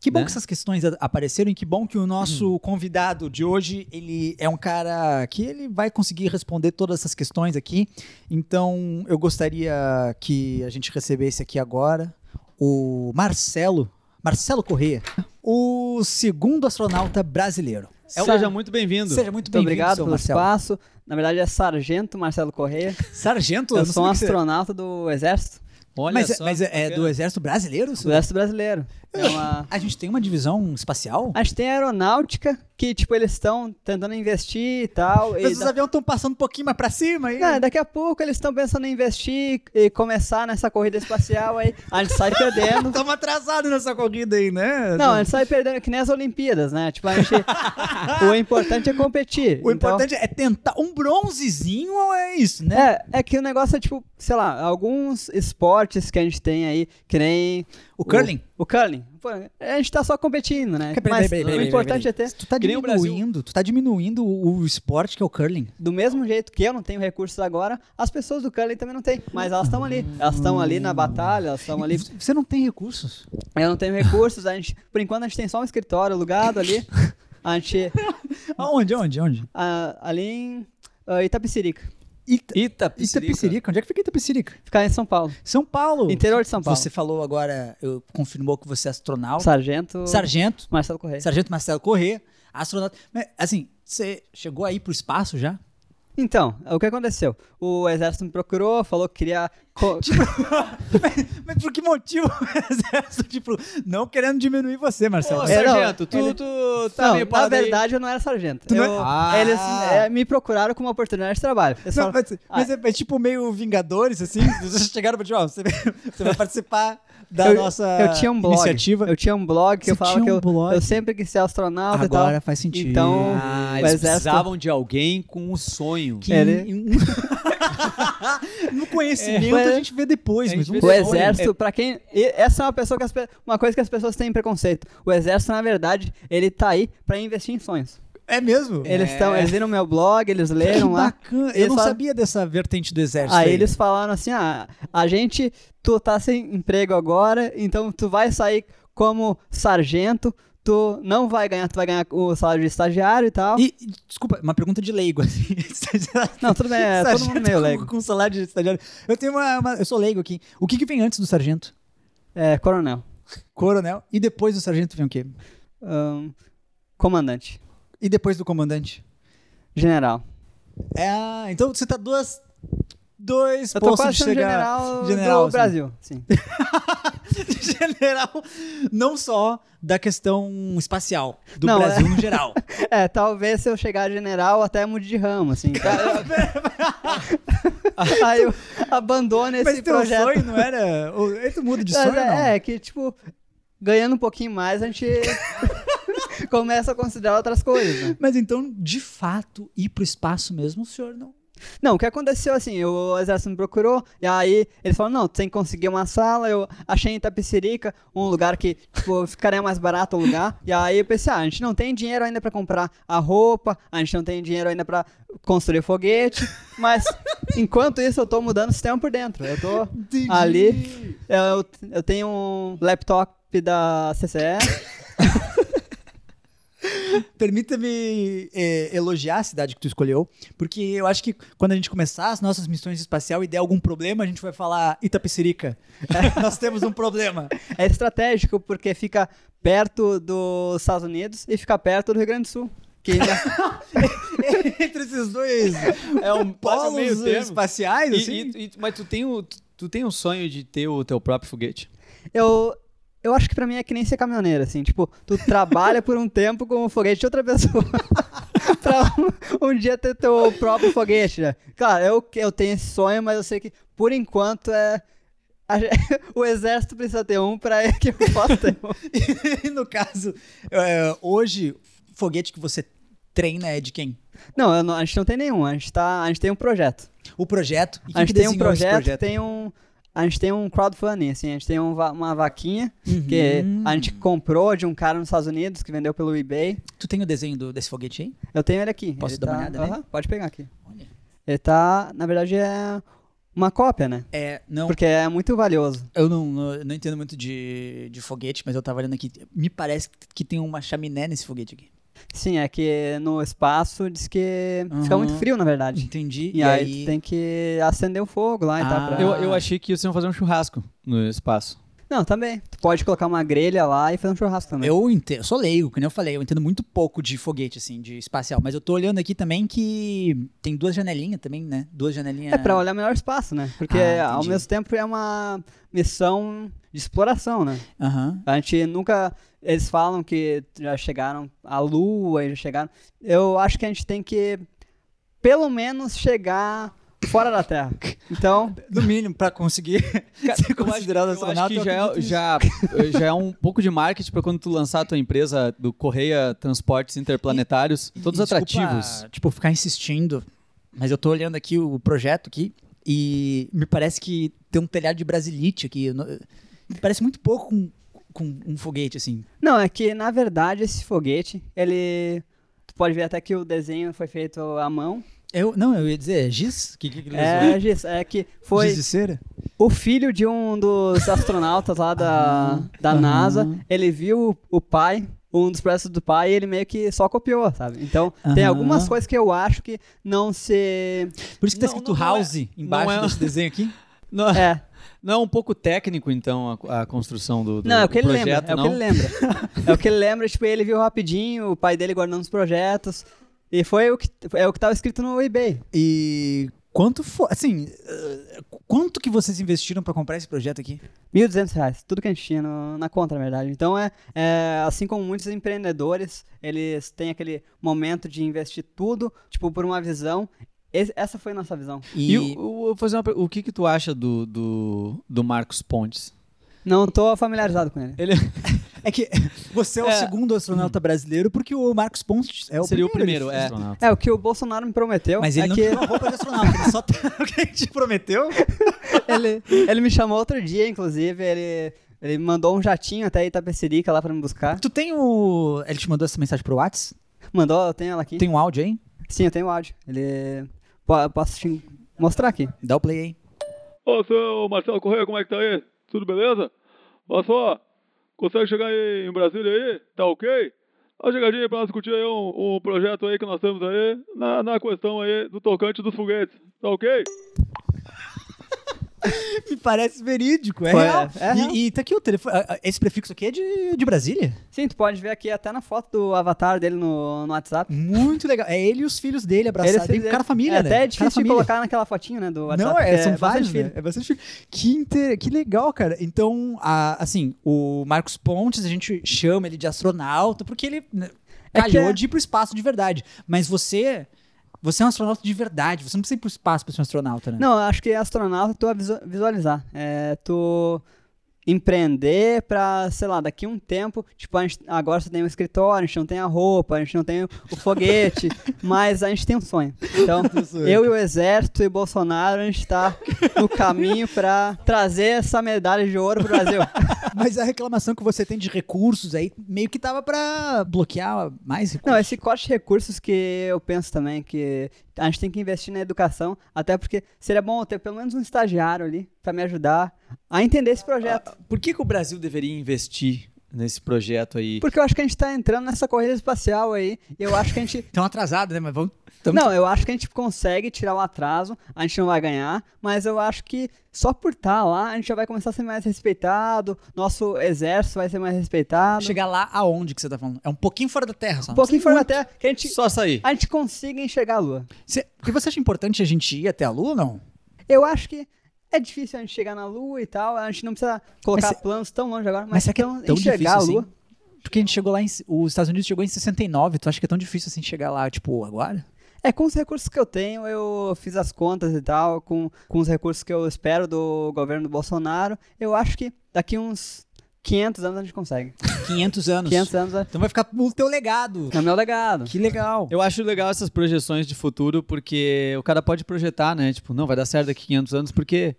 S7: Que bom
S2: né?
S7: que essas questões a- apareceram e que bom que o nosso convidado de hoje, ele é um cara que ele vai conseguir responder todas essas questões aqui. Então, eu gostaria que a gente recebesse aqui agora o Marcelo, Marcelo Corrêa, o segundo astronauta brasileiro. É o-
S2: Seja muito bem-vindo.
S7: Seja muito
S8: Muito
S7: bem-vindo,
S8: obrigado
S7: seu
S8: pelo
S7: Marcelo.
S8: espaço. Na verdade é Sargento Marcelo Correia.
S7: Sargento,
S8: Eu
S7: não
S8: sou um
S7: sabia que você-
S8: astronauta do Exército,
S2: Olha
S7: Mas,
S2: só.
S7: mas é, é do Exército Brasileiro?
S8: do Exército Brasileiro. É uma-
S7: A gente tem uma divisão espacial?
S8: A gente tem a aeronáutica, que tipo, eles estão tentando investir e tal. e
S7: Mas os
S8: da-
S7: aviões estão passando um pouquinho mais pra cima aí.
S8: Não, daqui a pouco eles estão pensando em investir e começar nessa corrida espacial aí. A gente sai perdendo.
S7: Estamos atrasados nessa corrida aí, né?
S8: Não,
S2: é-
S8: a gente sai perdendo que nem as Olimpíadas, né? Tipo, a gente. o importante é competir.
S7: O
S8: então-
S7: importante é tentar um bronzezinho ou é isso, né?
S8: É, é que o negócio é tipo, sei lá, alguns esportes que a gente tem aí, que nem
S7: o curling.
S8: O curling. Pô, a gente tá só competindo, né?
S1: Peraí, peraí,
S8: Mas
S1: peraí,
S8: o
S1: peraí,
S8: importante é ter.
S1: Tu tá
S2: Que nem o Brasil.
S1: diminuindo, tu tá diminuindo o, o esporte que é o curling.
S8: Do mesmo jeito que eu não tenho recursos agora, as pessoas do curling também não têm. Mas elas estão ali. Elas estão ali na batalha, elas estão ali.
S1: V- Você não tem recursos.
S8: Eu não tenho recursos, a gente. Por enquanto a gente tem só um escritório alugado ali. A gente.
S1: Aonde, aonde, aonde?
S8: ah, ali em ah, Itapecerica.
S1: Ita,
S2: Itapecerica.
S1: Itapecerica. Onde é que fica Itapecerica?
S8: Ficar em São Paulo.
S1: São Paulo.
S8: Interior de São Paulo.
S1: Você falou agora, eu confirmou que você é astronauta.
S8: Sargento.
S1: Sargento.
S8: Marcelo Correia.
S1: Sargento Marcelo Corrêa, astronauta. Mas, assim, você chegou aí pro espaço já?
S8: Então, o que aconteceu? O exército me procurou, falou que queria. co-
S1: Tipo, mas, mas por que motivo o exército? Tipo, não querendo diminuir você, Marcelo.
S2: Ô,
S1: É,
S8: não,
S2: sargento, tu,
S8: ele-
S2: tu tá
S8: Não,
S2: meio
S8: na
S2: parado aí.
S8: verdade eu não era sargento.
S1: Tu não
S8: Eu-
S1: é-
S2: Ah.
S8: Eles é, me procuraram com uma oportunidade de trabalho. Eles
S1: não,
S8: falaram,
S1: mas, mas é, é tipo meio Vingadores, assim. Vocês chegaram pra ti, ó, você, você vai participar da
S8: eu,
S1: nossa
S8: eu tinha um blog.
S1: iniciativa.
S8: Eu tinha um blog que
S1: Você
S8: eu falava
S1: tinha
S8: que
S1: um
S8: eu,
S1: blog?
S8: eu sempre quis ser astronauta
S1: Agora
S8: e tal.
S1: faz sentido.
S8: Então,
S2: Ah,
S8: o
S2: eles
S8: exército.
S2: precisavam de alguém com um sonho.
S1: Que- um
S8: Era-
S1: no conhecimento
S8: né? É.
S1: a gente vê depois,
S2: A
S1: mas
S2: gente
S1: um
S2: vê
S8: O
S2: Olha,
S8: exército, pra quem. e Essa é uma pessoa que as pe- uma coisa que as pessoas têm preconceito. O exército, na verdade, ele tá aí pra investir em sonhos.
S1: É mesmo?
S8: Eles estão, eles viram meu blog, eles
S1: que
S8: leram lá.
S1: bacana. Eu
S8: Eles
S1: não
S8: falam-
S1: sabia dessa vertente do exército.
S8: Aí eles falaram assim: ah, a gente, tu tá sem emprego agora, então tu vai sair como sargento, tu não vai ganhar, tu vai ganhar o salário de estagiário e tal.
S1: E, e, desculpa, uma pergunta de leigo. Assim.
S8: Não, tudo bem, é todo
S1: Sargento
S8: mundo meio
S1: com-
S8: leigo.
S1: tá Com um salário de estagiário. Eu tenho uma, uma- Eu sou leigo aqui. O que, que vem antes do sargento?
S8: É, coronel.
S1: Coronel. E depois do sargento vem o quê?
S8: Ahn, comandante.
S1: E depois do comandante?
S8: General.
S1: É, ah, então você tá duas. Dois
S8: Eu tô
S1: postos
S8: quase
S1: de
S8: sendo
S1: chegar.
S8: um general,
S1: general,
S8: do
S1: assim.
S8: Brasil. Sim.
S1: general, não só da questão espacial, do
S8: Não,
S1: Brasil no geral.
S8: É, talvez se eu chegar a general até mude de ramo, assim. Aí eu abandono esse
S1: Mas teu
S8: projeto.
S1: sonho não era. o- é, Tu muda de
S8: Mas
S1: sonho,
S8: é,
S1: não?
S8: é, que, tipo, ganhando um pouquinho mais, a gente começa a considerar outras coisas. né?
S1: Mas então, de fato, ir pro espaço mesmo, o senhor não.
S8: Não, o que aconteceu, assim, o exército me procurou, e aí eles falaram, não, tu tem que conseguir uma sala, eu achei em Itapecerica um lugar que, tipo, ficaria mais barato o lugar, e aí eu pensei, ah, a gente não tem dinheiro ainda pra comprar a roupa, a gente não tem dinheiro ainda pra construir foguete, mas enquanto isso eu tô mudando o sistema por dentro, eu tô ali, eu, eu tenho um laptop da CCE,
S1: Permita-me eh, elogiar a cidade que tu escolheu, porque eu acho que quando a gente começar as nossas missões espacial e der algum problema, a gente vai falar Itapecerica. Nós temos um problema.
S8: É estratégico porque fica perto dos Estados Unidos e fica perto do Rio Grande do Sul. Que ainda-
S1: Entre esses dois
S2: É um quase um
S1: polos
S2: meio termo.
S1: espaciais,
S2: E-
S1: assim.
S2: e- e- mas tu tem, o, tu, tu tem o sonho de ter o teu próprio foguete?
S8: eu, eu acho que pra mim é que nem ser caminhoneiro, assim. Tipo, tu trabalha por um tempo com o foguete de outra pessoa. pra um, um dia ter teu próprio foguete, né? Claro, eu, eu tenho esse sonho, mas eu sei que por enquanto é. a gen- o exército precisa ter um pra que eu possa ter um.
S1: E no caso, eh, hoje, o foguete que você treina é de quem?
S8: Não, eu não- a gente não tem nenhum, a gente, tá, a gente tem um projeto.
S1: O projeto? E quem
S8: a gente
S1: que
S8: tem um
S1: desenhou esse
S8: projeto, tem um a gente tem um crowdfunding assim a gente tem um va- uma vaquinha
S1: Uhum.
S8: que a gente comprou de um cara nos Estados Unidos que vendeu pelo eBay
S1: Tu tem o desenho do- desse foguete aí?
S8: eu tenho ele aqui
S1: Posso
S8: Ele
S1: dar uma
S8: tá-
S1: olhada nele?
S8: Aham, pode pegar aqui
S1: Olha.
S8: ele tá na verdade é uma cópia né
S1: É, não.
S8: porque é muito valioso
S1: Eu não, não, não entendo muito de, de foguete, mas eu tava olhando aqui. Me parece que tem uma chaminé nesse foguete aqui.
S8: sim é que no espaço diz que fica
S1: Aham.
S8: muito frio na verdade
S1: Entendi.
S8: e, aí, tu tem que acender o fogo lá e tal
S1: Ah.
S8: pra...
S2: Eu, eu achei que vocês iam fazer um churrasco no espaço.
S8: não também tu pode colocar uma grelha lá e fazer um churrasco também
S1: Eu entendo, eu sou leigo, que nem eu falei, eu entendo muito pouco de foguete, assim, de espacial. Mas eu tô olhando aqui também que tem duas janelinhas também, né? Duas janelinhas.
S8: É pra olhar melhor o espaço, né? Porque
S1: Ah,
S8: ao
S1: entendi.
S8: mesmo tempo é uma missão de exploração, né?
S1: Aham.
S8: A gente nunca. Eles falam que já chegaram à Lua e já chegaram. Eu acho que a gente tem que, pelo menos, chegar fora da Terra. Então,
S1: No mínimo, pra conseguir ser considerado astronauta.
S2: eu acho que
S1: eu acredito
S2: já, é, já, já é um pouco de marketing pra quando tu lançar a tua empresa do Correia Transportes Interplanetários.
S1: nisso.
S2: é todos
S1: E desculpa,
S2: atrativos.
S1: tipo, ficar insistindo, mas eu tô olhando aqui o projeto aqui e me parece que tem um telhado de brasilite aqui. eu não- me parece muito pouco com, com um foguete, assim.
S8: Não, é que na verdade esse foguete, ele. Tu pode ver até que o desenho foi feito à mão.
S1: Eu, não, eu ia dizer, é giz? Que, que, que eles usam?
S8: É, Gis, é que foi
S6: Giz de cera?
S8: o filho de um dos astronautas lá da, da NASA. Ele viu o- o pai, um dos projetos do pai, e ele meio que só copiou, sabe? Então tem
S1: Aham.
S8: algumas coisas que eu acho que não se.
S1: Por isso que tá
S2: Não,
S1: escrito
S2: não, não é-
S1: house embaixo
S2: não é-
S1: desse desenho aqui.
S2: Não é,
S8: É,
S2: não é um pouco técnico, então, a, a construção do, do-
S8: não, é o
S2: do
S8: que ele lembra.
S2: projeto,
S8: É o
S2: não?
S8: que ele lembra. é o que ele lembra, tipo, ele viu rapidinho, o pai dele guardando os projetos. E foi o que, é o que tava escrito no eBay.
S1: E quanto foi, assim, eh, quanto que vocês investiram pra comprar esse projeto aqui?
S8: 1.200 reais, tudo que a gente tinha no- na conta, na verdade. Então, é, é, assim como muitos empreendedores, eles têm aquele momento de investir tudo, tipo, por uma visão. Esse- essa foi a nossa visão.
S1: E,
S2: E, o, o- eu fazer uma per- o que que tu acha do, do, do Marcos Pontes?
S8: Não tô familiarizado com ele.
S1: é que você é o
S2: É.
S1: segundo astronauta brasileiro, porque o Marcos Pontes é o
S2: Seria
S1: primeiro.
S2: o primeiro, é.
S8: É, o que o Bolsonaro me prometeu
S1: Mas ele
S8: é
S1: não
S8: que
S1: tirou a roupa de astronauta, ele só tem o que a gente prometeu.
S8: ele, ele me chamou outro dia, inclusive, ele, ele me mandou um jatinho até Itapecerica lá pra me buscar.
S1: Tu tem o... Ele te mandou essa mensagem pro Whats?
S8: Mandou, eu tenho ela aqui.
S1: Tem um áudio aí?
S8: Sim, eu tenho o áudio. Ele... po- Posso te mostrar aqui.
S1: Dá o play aí.
S9: Ô, seu Marcelo Correia, como é que tá aí? Tudo beleza? Olha só, consegue chegar aí em Brasília aí? Tá ok? Dá uma chegadinha aí pra nós curtir aí um, um projeto aí que nós temos aí na, na questão aí do tocante dos foguetes. Tá ok?
S1: Me parece verídico, é
S8: Foi,
S1: real.
S8: é, é real.
S1: E, e tá aqui o telefone. ah, ah, Esse prefixo aqui é de, de Brasília?
S8: Sim, tu pode ver aqui até na foto do avatar dele no, no WhatsApp.
S1: Muito legal. É ele e os filhos dele abraçados.
S8: Ele-
S1: Tem cara família,
S8: é
S1: né?
S8: Até
S1: Cara
S8: difícil de
S1: família.
S8: colocar naquela fotinho, né, do WhatsApp.
S1: Não, é,
S8: porque
S1: são
S8: bastante
S1: vários,
S8: filho.
S1: né? É bastante filho. Que, inter... que legal, cara. Então, a- assim, o Marcos Pontes, a gente chama ele de astronauta, porque ele né,
S8: É
S1: calhou
S8: que é-
S1: de ir pro espaço de verdade. Mas você... Você é um astronauta de verdade. Você não precisa ir pro espaço pra ser um astronauta, né?
S8: Não, eu acho que astronauta tu é visu- visualizar. É, tu empreender pra, sei lá, daqui um tempo, tipo, a gente, agora só tem o escritório, a gente não tem a roupa, a gente não tem o foguete, mas a gente tem um sonho. Então, eu e o Exército e Bolsonaro, a gente tá no caminho pra trazer essa medalha de ouro pro Brasil.
S1: Mas a reclamação que você tem de recursos aí meio que tava pra bloquear mais recursos.
S8: Não, esse corte de recursos que eu penso também que a gente tem que investir na educação, até porque seria bom eu ter pelo menos um estagiário ali pra me ajudar a entender esse
S1: Ah,
S8: projeto.
S2: Por que, que o Brasil deveria investir nesse projeto aí?
S8: Porque eu acho que a gente tá entrando nessa corrida espacial aí, e eu acho que a gente
S1: Estão atrasados, né? Mas vamos. Tamo-
S8: Não, eu acho que a gente consegue tirar o atraso, a gente não vai ganhar, mas eu acho que só por estar lá, a gente já vai começar a ser mais respeitado, nosso exército vai ser mais respeitado.
S1: Chegar lá aonde que você tá falando? É um pouquinho fora da Terra, só.
S8: Ah, um pouquinho fora da Terra, que a gente,
S2: Só sair.
S8: a gente consiga enxergar a Lua.
S1: Cê- E você acha importante a gente ir até a Lua ou não?
S8: Eu acho que é difícil a gente chegar na Lua e tal, a gente não precisa colocar
S1: Mas se-
S8: planos tão longe agora, mas,
S1: Mas será que é
S8: então
S1: tão
S8: enxergar
S1: difícil
S8: a Lua.
S1: assim? Porque a gente chegou lá em. Os Estados Unidos chegou em 69, tu acha que é tão difícil assim chegar lá, tipo, agora?
S8: É, com os recursos que eu tenho, eu fiz as contas e tal, com, com os recursos que eu espero do governo do Bolsonaro, eu acho que daqui uns 500 anos a gente consegue.
S1: 500 anos.
S8: 500 anos é
S1: Então vai ficar o teu legado.
S8: é o meu legado.
S1: Que legal.
S2: Eu acho legal essas projeções de futuro, porque o cara pode projetar, né? Tipo, não, vai dar certo daqui 500 anos, porque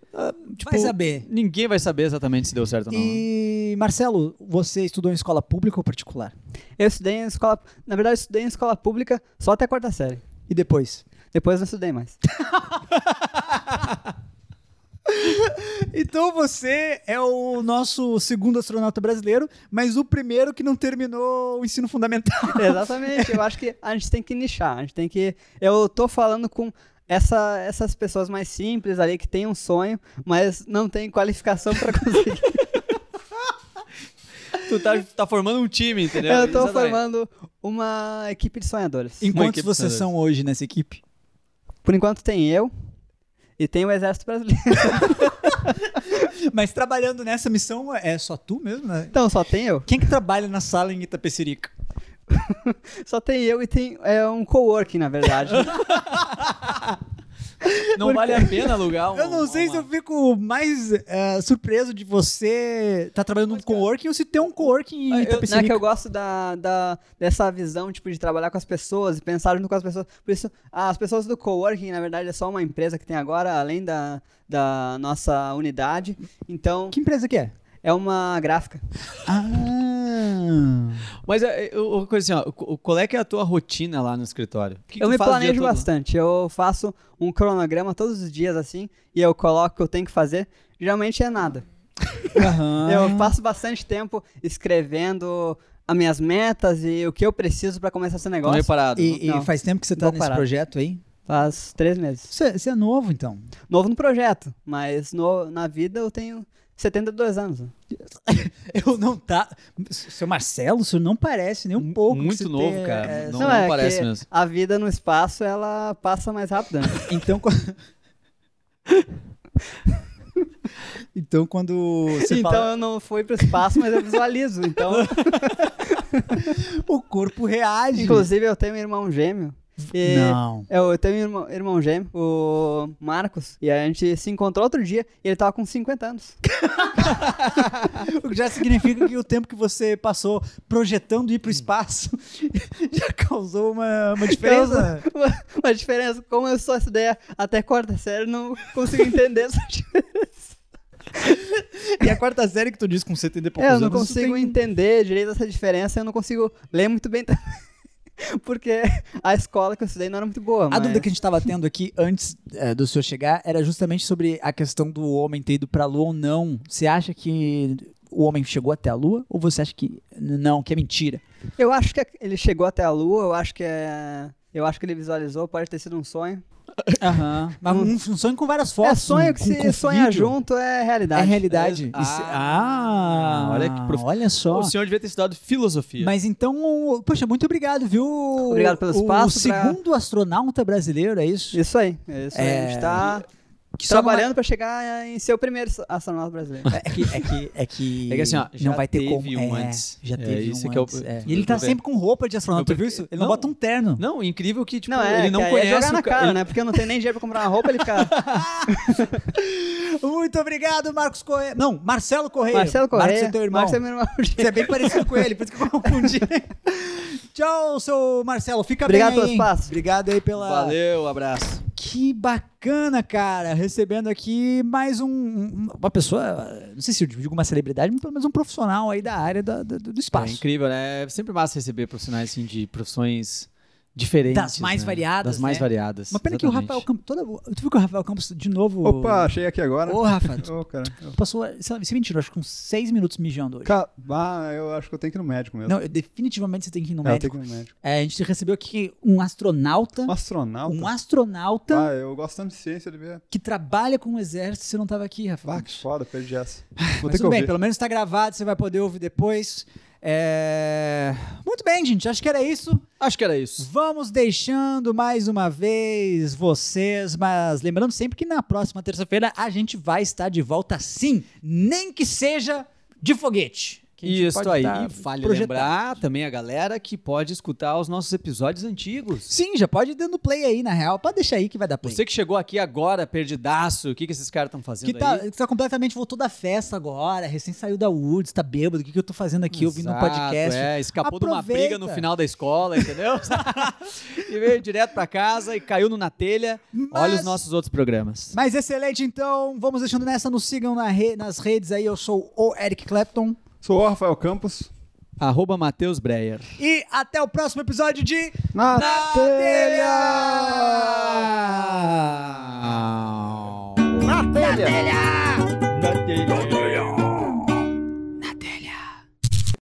S1: Vai saber.
S2: ninguém vai saber exatamente se deu certo ou não. né?
S1: E, Marcelo, você estudou em escola pública ou particular?
S8: Eu estudei em escola, na verdade eu estudei em escola pública só até a quarta série.
S1: E depois?
S8: Depois eu não estudei mais.
S1: Então você é o nosso segundo astronauta brasileiro, mas o primeiro que não terminou o ensino fundamental.
S8: Exatamente, eu acho que a gente tem que nichar, a gente tem que eu tô falando com essa, essas pessoas mais simples ali que tem um sonho, mas não tem qualificação pra conseguir.
S2: Tu tá, tá formando um time, entendeu?
S8: eu tô
S2: Exatamente.
S8: formando uma equipe de sonhadores.
S1: E
S2: Uma
S1: quantos
S2: equipe
S1: vocês
S2: saudável.
S1: são hoje nessa equipe?
S8: Por enquanto tem eu e tem o Exército Brasileiro.
S1: Mas trabalhando nessa missão é só tu mesmo, né?
S8: Então só tem eu.
S1: Quem que trabalha na sala em Itapecerica?
S8: Só tem eu e tem é um coworking, na verdade. né?
S2: Não vale a pena alugar um.
S1: Eu não sei se eu
S2: uma-
S1: fico mais eh, surpreso de você tá trabalhando num coworking ou se tem um coworking em
S2: tipo assim,
S8: Eu- não é que
S1: Itapecerica.
S8: eu gosto da, da- dessa visão, tipo, de trabalhar com as pessoas e pensar junto com as pessoas. Por isso, ah, as pessoas do coworking, na verdade, é só uma empresa que tem agora, além da, da nossa unidade. Então,
S1: Que empresa que é?
S8: é uma gráfica.
S6: Ah.
S2: Mas é, é, eu- uma coisa assim, ó, co- qual é que é a tua rotina lá no escritório? O que que
S8: eu
S2: tu
S8: me
S2: faz o dia
S8: planejo
S2: todo?
S8: bastante. Eu faço um cronograma todos os dias assim e eu coloco o que eu tenho que fazer. Geralmente é nada.
S2: Ah.
S8: Eu passo bastante tempo escrevendo as minhas metas e o que eu preciso pra começar esse
S2: Tô meio
S8: negócio.
S2: parado.
S1: E, e
S8: Não.
S1: faz tempo que você tá
S8: Vou
S1: nesse
S8: parar.
S1: projeto aí?
S8: Faz três meses.
S1: Você, você é novo, então.
S8: Novo no projeto, mas no- na vida eu tenho 72 anos.
S1: Eu não tá. Seu Marcelo, isso não parece nem um pouco. que
S2: Muito
S1: você
S2: novo,
S1: tem-
S2: cara.
S1: é,
S2: Não,
S8: Não,
S2: não
S8: é
S2: parece
S8: que
S2: mesmo.
S8: A vida no espaço, ela passa mais rápido. Né?
S1: Então. quan- então, quando você
S8: então
S1: fala.
S8: eu não fui pro espaço, mas eu visualizo. Então,
S1: O corpo reage.
S8: inclusive, eu tenho um irmão gêmeo. E
S1: Não.
S8: Eu tenho um irmão, irmão gêmeo, o Marcos, e a gente se encontrou outro dia e ele tava com 50 anos.
S1: O que já significa que o tempo que você passou projetando ir pro espaço já causou uma, uma diferença.
S8: Uma, uma diferença, como eu sou essa ideia até quarta série, eu não consigo entender essa diferença.
S1: e a quarta série que tu diz com 70 e poucos
S8: É, eu não
S1: anos, isso
S8: consigo
S1: tem-
S8: entender direito essa diferença, eu não consigo ler muito bem também. Porque a escola que eu estudei não era muito boa.
S1: A dúvida que a gente estava tendo aqui antes eh, do senhor chegar era justamente sobre a questão do homem ter ido para a lua ou não. Você acha que o homem chegou até a lua ou você acha que n- não, que é mentira?
S8: Eu acho que ele chegou até a lua, eu acho que é. Eu acho que ele visualizou, pode ter sido um sonho.
S1: Aham. Mas um, um sonho com várias fotos.
S8: é sonho
S1: um-
S8: que
S1: com-
S8: se
S1: com
S8: sonha
S1: vídeo.
S8: junto é realidade.
S1: É realidade.
S2: É-
S1: E se-
S2: Ah,
S1: ah,
S2: olha que prof-
S1: olha só.
S2: O senhor devia ter estudado filosofia.
S1: Mas então, poxa, muito obrigado, viu?
S8: Obrigado pelo espaço
S1: O
S8: pra-
S1: segundo astronauta brasileiro, é isso?
S8: Isso aí, é isso aí.
S1: É,
S8: A gente tá
S1: Que só não vai-
S8: trabalhando pra chegar em ser o primeiro astronauta brasileiro.
S1: É que, é que, é que,
S2: É que assim, ó, já
S1: não vai ter
S2: teve
S1: como.
S2: um
S1: é,
S2: antes.
S1: Já
S2: É,
S1: teve um
S2: isso que é o-
S1: antes.
S2: eu
S1: E ele tá
S2: tô
S1: sempre com roupa de astronauta,
S2: Eu-
S1: tu viu isso? Ele não,
S2: não.
S1: bota um terno.
S2: Não, incrível que, tipo,
S8: não, é,
S2: ele não
S8: que aí é
S2: conhece
S8: jogar na
S2: o ca-
S8: cara,
S2: ele-
S8: né? Porque eu não tenho nem dinheiro pra comprar uma roupa, ele fica.
S1: Muito obrigado, Marcos Correia. Não, Marcelo Correia.
S8: Marcelo Correia.
S1: Marcos é teu irmão.
S8: Marcos é meu irmão.
S1: Você é bem parecido com ele, por isso que eu confundi. Tchau, seu Marcelo. Fica bem
S8: Obrigado
S1: aí.
S8: pelo
S1: hein?
S8: espaço.
S1: Obrigado aí pela...
S2: Valeu, abraço.
S1: Que bacana, cara. Recebendo aqui mais um- um- uma pessoa, não sei se eu digo uma celebridade, mas pelo menos um profissional aí da área da- da- do
S2: É
S1: espaço.
S2: incrível, né? É sempre massa receber profissionais assim, de profissões diferentes.
S1: Das mais
S2: né?
S1: variadas,
S2: Das mais
S1: né?
S2: variadas.
S1: Uma pena que o
S2: exatamente.
S1: Rafael Campos. Toda, tu viu que o Rafael Campos de novo.
S3: Opa, achei aqui agora.
S1: Ô, Rafa, tu
S3: Ô, cara. eu-
S1: passou. Sei lá, você mentiu, acho que uns seis minutos mijando hoje.
S3: Ca- Ah, eu acho que eu tenho que ir no médico mesmo.
S1: Não, eu- definitivamente você tem que ir no
S3: é, eu tenho
S1: médico.
S3: que ir no médico.
S1: É, a gente recebeu aqui um astronauta.
S3: Um astronauta?
S1: Um astronauta
S3: Ah, eu gosto tanto de ciência, ele vê.
S1: que trabalha com o exército. Você não tava aqui, Rafa.
S3: Ah,
S1: Campos.
S3: que foda, perdi essa. Vou
S1: Mas
S3: ter que
S1: tudo bem,
S3: ouvir.
S1: pelo menos tá gravado, você vai poder ouvir depois. É, Muito bem, gente, acho que era isso.
S2: Acho que era isso.
S1: Vamos deixando mais uma vez vocês, mas lembrando sempre que na próxima terça-feira a gente vai estar de volta sim, nem que seja de foguete. Que a gente
S2: Isso
S1: pode
S2: aí.
S1: tá
S2: E vale
S1: projetando.
S2: lembrar também a galera que pode escutar os nossos episódios antigos.
S1: Sim, já pode ir dando play aí, na real. Pode deixar aí que vai dar play.
S2: Você que chegou aqui agora, perdidaço, o que, que esses caras estão fazendo
S1: que tá,
S2: aí?
S1: que tá completamente voltou da festa agora, recém saiu da Woods, tá bêbado. O que, que eu tô fazendo aqui ouvindo um
S2: Exato,
S1: podcast?
S2: É, escapou de uma
S1: Aproveita.
S2: briga no final da escola, entendeu? e veio direto pra casa e caiu no na telha. Olha os
S1: Mas-
S2: nossos outros programas.
S1: Mas excelente, então. Vamos deixando nessa. Nos sigam na re- nas redes aí. Eu sou o Eric Clapton.
S3: Sou o Rafael Campos.
S2: Arroba Matheus Breyer.
S1: E até o próximo episódio de
S3: Na,
S1: Na Telha!